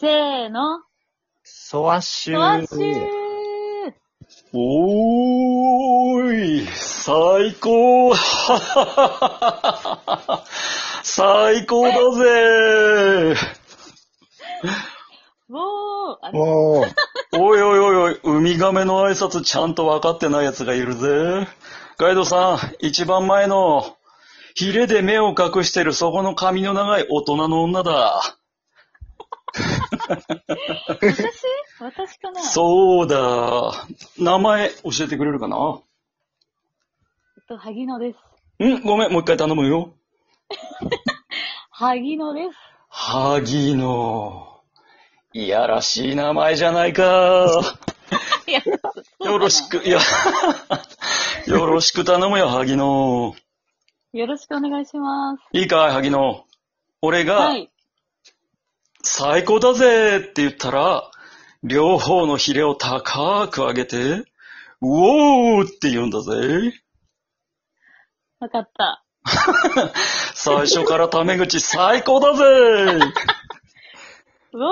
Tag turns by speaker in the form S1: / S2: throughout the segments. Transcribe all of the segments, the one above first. S1: せーの。
S2: ソワシ
S1: ソワシュー
S2: おーい、最高 最高だぜ
S1: おーあれ
S3: おー。
S2: おいおいおいおい、ウミガメの挨拶ちゃんと分かってない奴がいるぜ。ガイドさん、一番前の、ヒレで目を隠してるそこの髪の長い大人の女だ。
S1: 私私かな
S2: そうだ。名前教えてくれるかな
S1: えっと、萩野です。
S2: んごめん、もう一回頼むよ。
S1: 萩野です。
S2: 萩野。いやらしい名前じゃない か。
S1: いや、
S2: よろしく、いや、 よろしく頼むよ、萩野。
S1: よろしくお願いします。
S2: いいかい、萩野。俺が
S1: は、い。
S2: 最高だぜって言ったら、両方のヒレを高く上げて、うおーって言うんだぜ。
S1: わかった。
S2: 最初からタメ口最高だぜ
S1: うおー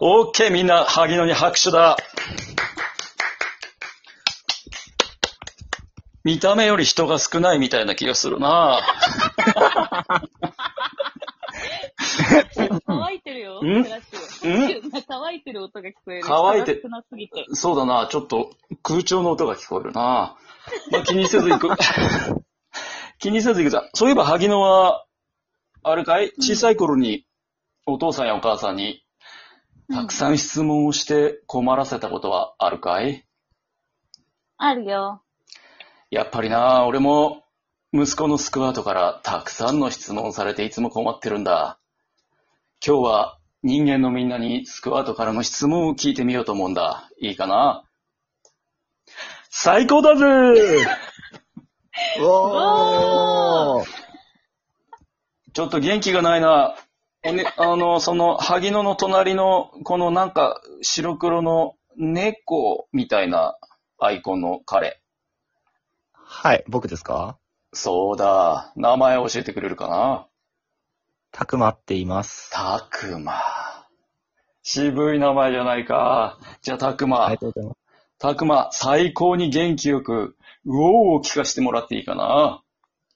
S2: オッケーみんな、萩野に拍手だ。見た目より人が少ないみたいな気がするな。
S1: 乾いてるよ。
S2: ん
S1: クラッシュ乾いてる音が聞こえる。
S2: 乾いて
S1: 少なすぎて。
S2: そうだな、ちょっと空調の音が聞こえるな。まあ、気にせず行く。 気にせず行くぞ。そういえば、萩野は、あれかい小さい頃に、お父さんやお母さんに、たくさん質問をして困らせたことはあるかい
S1: あるよ。
S2: やっぱりな、俺も、息子のスクワートからたくさんの質問をされていつも困ってるんだ。今日は人間のみんなにスクワートからの質問を聞いてみようと思うんだ。いいかな最高だぜ
S3: おー。
S2: ちょっと元気がないな。おね、あの、その、萩野の隣の、このなんか、白黒の猫みたいなアイコンの彼。
S3: はい、僕ですか
S2: そうだ。名前教えてくれるかな
S3: たくまっています。
S2: たくま。渋い名前じゃないか。じゃあ、たく
S3: あり
S2: ま
S3: が。とうございます。
S2: たくま、最高に元気よく、うおーを聞かせてもらっていいかな。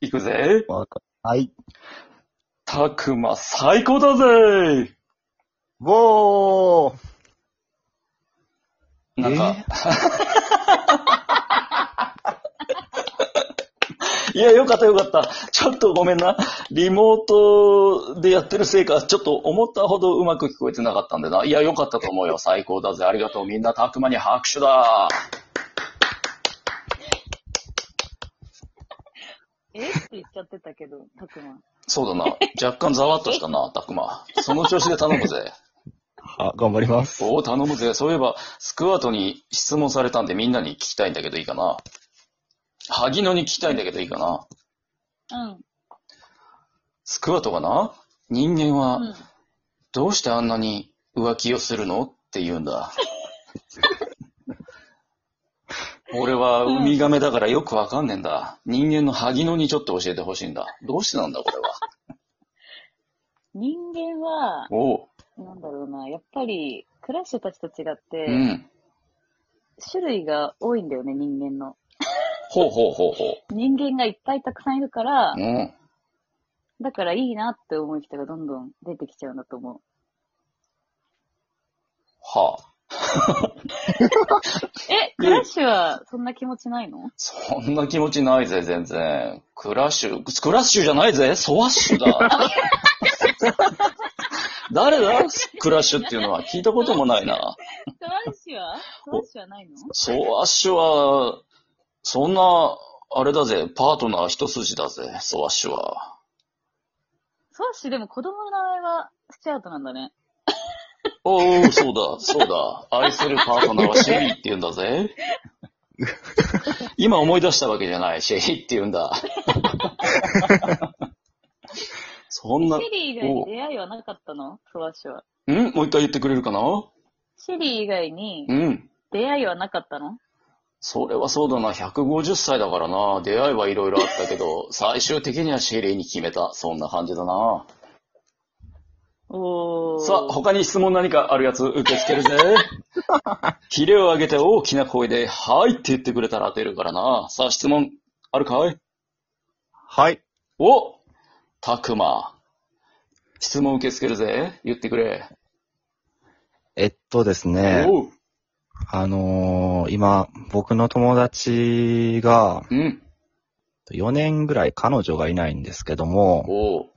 S2: 行くぜ。
S3: わかはい。
S2: たくま、最高だぜ。
S3: おー。
S2: なんか、いや、よかったよかった。ちょっとごめんな。リモートでやってるせいか、ちょっと思ったほどうまく聞こえてなかったんでな。いや、よかったと思うよ。最高だぜ。ありがとう。みんな、たくまに拍手だ。
S1: えって言っちゃってたけど、たくま。
S2: そうだな。若干ざわっとし たな、たくま。その調子で頼むぜ。
S3: あ、頑張ります。
S2: おお、頼むぜ。そういえば、スクワートに質問されたんでみんなに聞きたいんだけどいいかな。萩野に聞きたいんだけどいいかな。
S1: うん。
S2: スクワットがな、人間
S1: う
S2: は
S1: ん。
S2: どうしてあんなに浮気をするのって言う んだ。俺はウミガメだからよくわかんねえんだ。人間の萩野にちょっと教えてほしいんだ。どうしてなんだ、これは。
S1: 人間は、
S2: おう。
S1: なんだろうな、やっぱり、クラッシュたちと違って、
S2: うん。
S1: 種類が多いんだよね、人間の。
S2: ほうほうほうほ
S1: 人間がいっぱいたくさんいるから
S2: う。う、ん。
S1: だからいいなって思う人がどんどん出てきちゃうんだと思う。
S2: はあ。
S1: え、クラッシュはそんな気持ちないの
S2: そんな気持ちないぜ、全然。クラッシュ、クラッシュじゃないぜ、ソワッシュだ。誰だクラッシュっていうのは聞いたこともないな。
S1: クラッシュはクラッシュはないの
S2: ソワシュは、そんな、あれだぜ、パートナー一筋だぜ、ソワシュは。
S1: そうし、でも子供の名前はスチュアートなんだね。
S2: おうおう、そうだ、そうだ。愛するパートナーはシェリーって言うんだぜ。今思い出したわけじゃない、シェリーって言うんだ。そんな、ん
S1: シェリー以外に出会いはなかったのソワシュは。
S2: もう一回言ってくれるかな
S1: シェリー以外に
S2: うん。
S1: 出会いはなかったの
S2: それはそうだな、150歳だからな、出会いはいろいろあったけど、最終的にはシェリーに決めた、そんな感じだな。
S1: おー。
S2: さあ、他に質問何かあるやつ受け付けるぜ。ヒレを上げて大きな声で、はいって言ってくれたら当てるからな。さあ、質問あるかい
S3: はい。
S2: おたくま。質問受け付けるぜ。言ってくれ。
S3: えっとですね、
S2: おう。
S3: あのー今、僕の友達が、
S2: うん。
S3: 4年ぐらい彼女がいないんですけども、
S2: おう。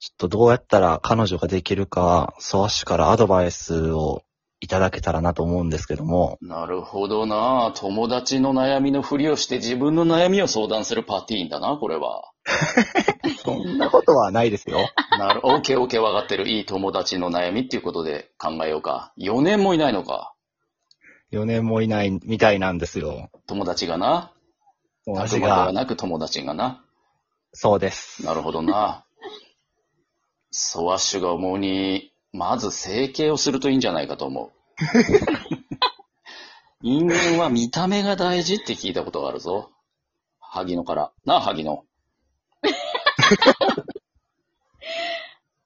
S3: ちょっとどうやったら彼女ができるか、ソしからアドバイスをいただけたらなと思うんですけども、
S2: なるほどな。友達の悩みのふりをして自分の悩みを相談するパティーンだな、これは。
S3: そんなことはないですよ。
S2: なる、オッケーオッケー分かってる。いい友達の悩みっていうことで考えようか。4年もいないのか。
S3: 4年もいないみたいなんですよ。
S2: 友達がな。
S3: 友
S2: 悪
S3: 達
S2: 魔では
S3: が。
S2: なく友達がな。
S3: そうです。
S2: なるほどな。ソワッシュが思うに、まず整形をするといいんじゃないかと思う。人間は見た目が大事って聞いたことがあるぞ。萩野から。なあ、萩野。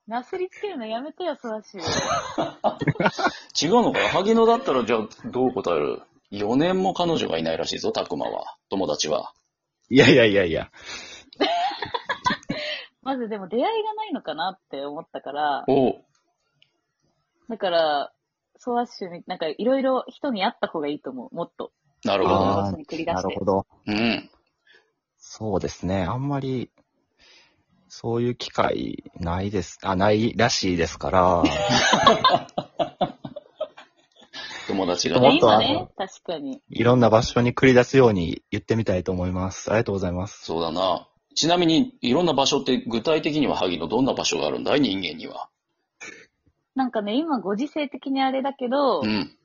S1: なすりつけるのやめてよ、ソワシュ。
S2: 違うのかよ。萩野だったら、じゃあ、どう答える ?4 年も彼女がいないらしいぞ、たくまは。友達は。
S3: いやいやいやいや。
S1: まずでも出会いがないのかなって思ったから、
S2: おう。
S1: だから、ソワシュに、なんかいろいろ人に会った方がいいと思う、もっと。
S2: なるほどな。
S3: あ
S1: そう繰り出して
S3: ーなるほど。
S2: うん。
S3: そうですね。あんまり、そういう機会ないです。あ、ないらしいで すから。
S2: 友達が
S3: もっ
S2: ね。
S3: と
S1: 今
S3: あの
S1: ね、確かに。
S3: いろんな場所に繰り出すように言ってみたいと思います。ありがとうございます。
S2: そうだな。ちなみに、いろんな場所って具体的には萩野どんな場所があるんだい人間には。
S1: なんかね、今ご時世的にあれだけど、
S2: うん。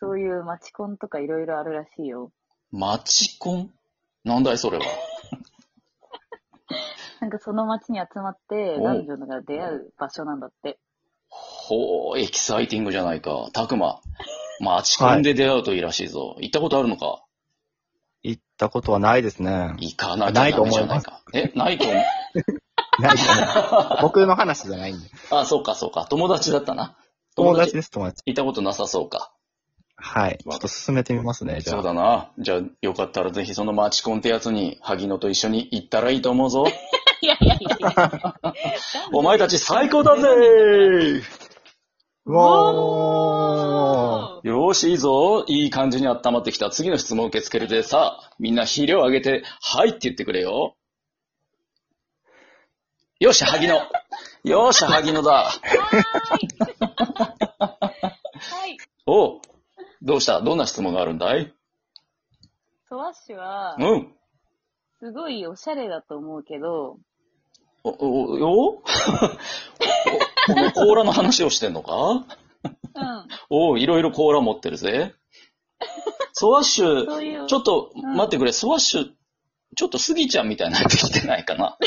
S1: そういうマチコンとかいろいろあるらしいよ。
S2: マチコンなんだいそれは。
S1: なんかその街に集まって、
S2: お
S1: 男女が出会う場所なんだって。
S2: ほう、エキサイティングじゃないか。たくま。マチコンで出会うといいらしいぞ。行ったことあるのか
S3: 行ったことはないですね。
S2: 行かなきゃダメじゃないか。え、ないと思う。
S3: ない と思う僕の話じゃないんで。
S2: あ、そうかそうか。友達だったな。
S3: 友達です、友達。
S2: 行ったことなさそうか。
S3: はい。ちょっと進めてみますね、じゃ
S2: そ
S3: あ。
S2: うだな。じゃあ、よかったらぜひそのマチコンってやつに、萩野と一緒に行ったらいいと思う ぞ。
S1: いやいやいやいや。
S2: お前たち最高だぜ
S3: も
S2: よーし、いいぞ。いい感じに温まってきた。次の質問受け付けるでさ、みんな肥料上げて、はいって言ってくれよ。よっしゃ、萩野。よっしゃ、萩野だ。
S1: はい。
S2: おう。どうしたどんな質問があるんだい
S1: ソワッシュは
S2: う、ん。
S1: すごいおしゃれだと思うけど、
S2: お、 お、よおこの甲羅の話をしてんのか
S1: うん。
S2: おう、いろいろ甲羅持ってるぜ。ソワッシ
S1: そうい
S2: ュ、
S1: う
S2: ちょっと
S1: うん
S2: 待ってくれ、ソワッシュ、ちょっとスギちゃんみたいになってきてないかな。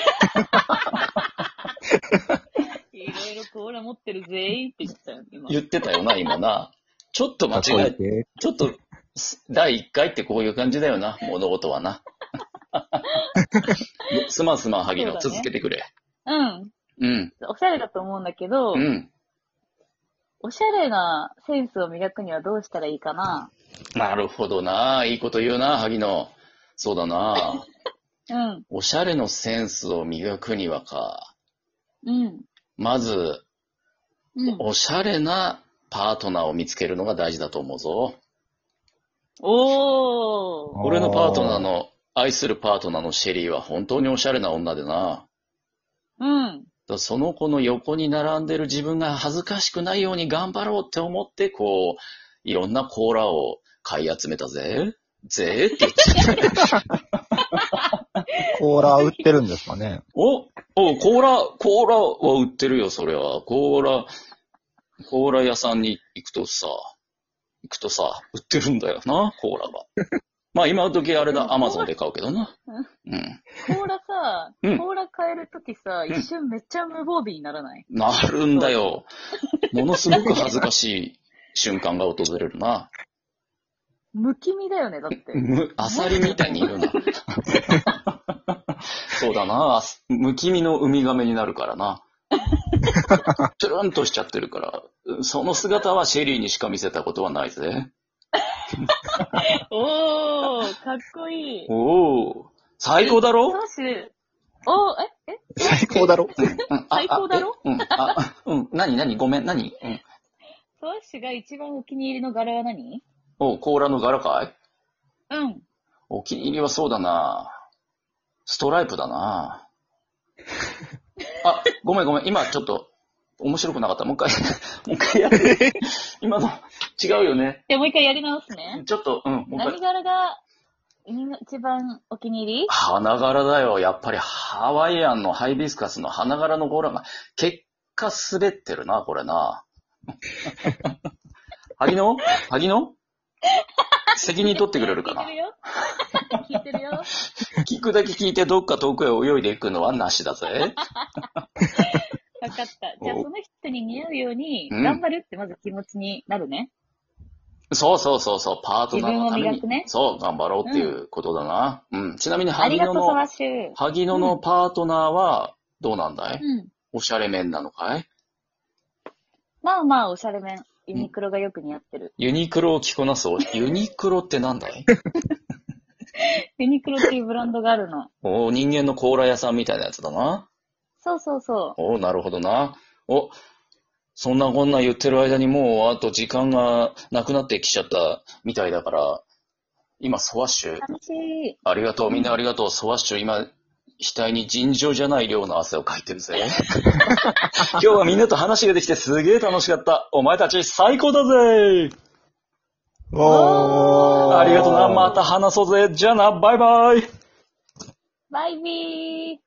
S1: いろいろコーラ持ってるぜーって言ってたよ、今。
S2: 言ってたよな、今な。ちょっと
S3: う
S2: 間
S3: かっこい
S2: 違
S3: い
S2: え、
S3: で
S2: ちょっと、す第1回ってこういう感じだよな、物事 はな。すまんすまん、萩野、
S1: そうだね
S2: 続けてくれ。
S1: うん。
S2: うん、
S1: おしゃれだと思うんだけど、
S2: うん。
S1: おしゃれなセンスを磨くにはどうしたらいいかな。
S2: なるほどな、いいこと言うな、萩野。そうだな。
S1: うん。
S2: おしゃれのセンスを磨くにはか。
S1: うん。
S2: まず、
S1: うん。
S2: おしゃれなパートナーを見つけるのが大事だと思うぞ。
S1: おー。
S2: 俺のパートナーの、愛するパートナーのシェリーは本当におしゃれな女でな。
S1: うん。
S2: だからその子の横に並んでる自分が恥ずかしくないように頑張ろうって思って、こう、いろんなコーラを買い集めたぜ。ぜーって言っちゃった。
S3: コーラ売ってるんです かね。
S2: おお、コーラ、コーラは売ってるよ、それは。コーラ、コーラ屋さんに行くとさ、行くとさ、売ってるんだよな、コーラが。まあ今時あれだ、アマゾンで買うけどな。うん。
S1: コーラさ、
S2: うん
S1: コーラ変えるときさ、
S2: うん
S1: 一瞬めっちゃ無防備にならない。
S2: なるんだよ。ものすごく恥ずかしい瞬間が訪れるな。
S1: むきみだよね、だって。
S2: む、アサリみたいに言 うな。 そうだな。むきみのウミガメになるからな。つるんとしちゃってるから、その姿はシェリーにしか見せたことはないぜ。
S1: おー、かっこいい。
S2: おお最高だろ
S1: ソワッシュ、おー、え、え、
S3: 最高だろ
S2: うん
S1: 最高だろ
S2: ああえうん、あ、うん、なになにごめん、なにうん。
S1: ソワッシュが一番お気に入りの柄は何
S2: おう、甲羅の柄かい
S1: うん。
S2: お気に入りはそうだなストライプだなあ、ごめんごめん、今ちょっと、面白くなかった。もう一回、 もう一回やって。今の、違うよね。
S1: じゃあもう一回やり直すね。
S2: ちょっと、うん、もう一
S1: 何
S2: 回。
S1: 柄がうん一番お気に入り
S2: 花柄だよ。やっぱりハワイアンのハイビスカスの花柄の甲羅が、結果滑ってるな、これな。 萩野萩野責任取ってくれるかな
S1: 聞いてるよ。聞いてるよ。
S2: 聞くだけ聞いてどっか遠くへ泳いでいくのはなしだぜ。
S1: わかった。じゃあ
S2: お
S1: その人に似合うように、
S2: うん
S1: 頑張るってまず気持ちになるね。
S2: そうそうそうそう、パートナーのため
S1: 自分を磨
S2: に。
S1: くね
S2: そう、頑張ろうっていうことだな。うん。ちなみに
S1: あり
S2: 萩
S1: がと
S2: 野
S1: う、ソワ
S2: の、
S1: ッシュ。
S2: 萩野のパートナーはどうなんだい、
S1: うん。
S2: おしゃれ面なのかい
S1: まあまあ、おしゃれめん。ユニクロがよく似合ってる。
S2: ユニクロを着こな すお、ユニクロってなんだい
S1: ユニクロっていうブランドがあるの。
S2: お人間の甲羅屋さんみたいなやつだな。
S1: そうそうそ
S2: おなるほどな。お、そんなこんな言ってる間にもうあと時間がなくなってきちゃったみたいだから、今、ソワッシュ
S1: う。、寂しい。
S2: ありがとう、みんなありがとう。ソワッシュ、今、額に尋常じゃない量の汗をかいてる ぜ。今日はみんなと話ができてすげえ楽しかった。お前たち最高だぜ
S3: おー
S2: ありがとうな、また話そうぜ。じゃあな、バイバイ
S1: バイビー。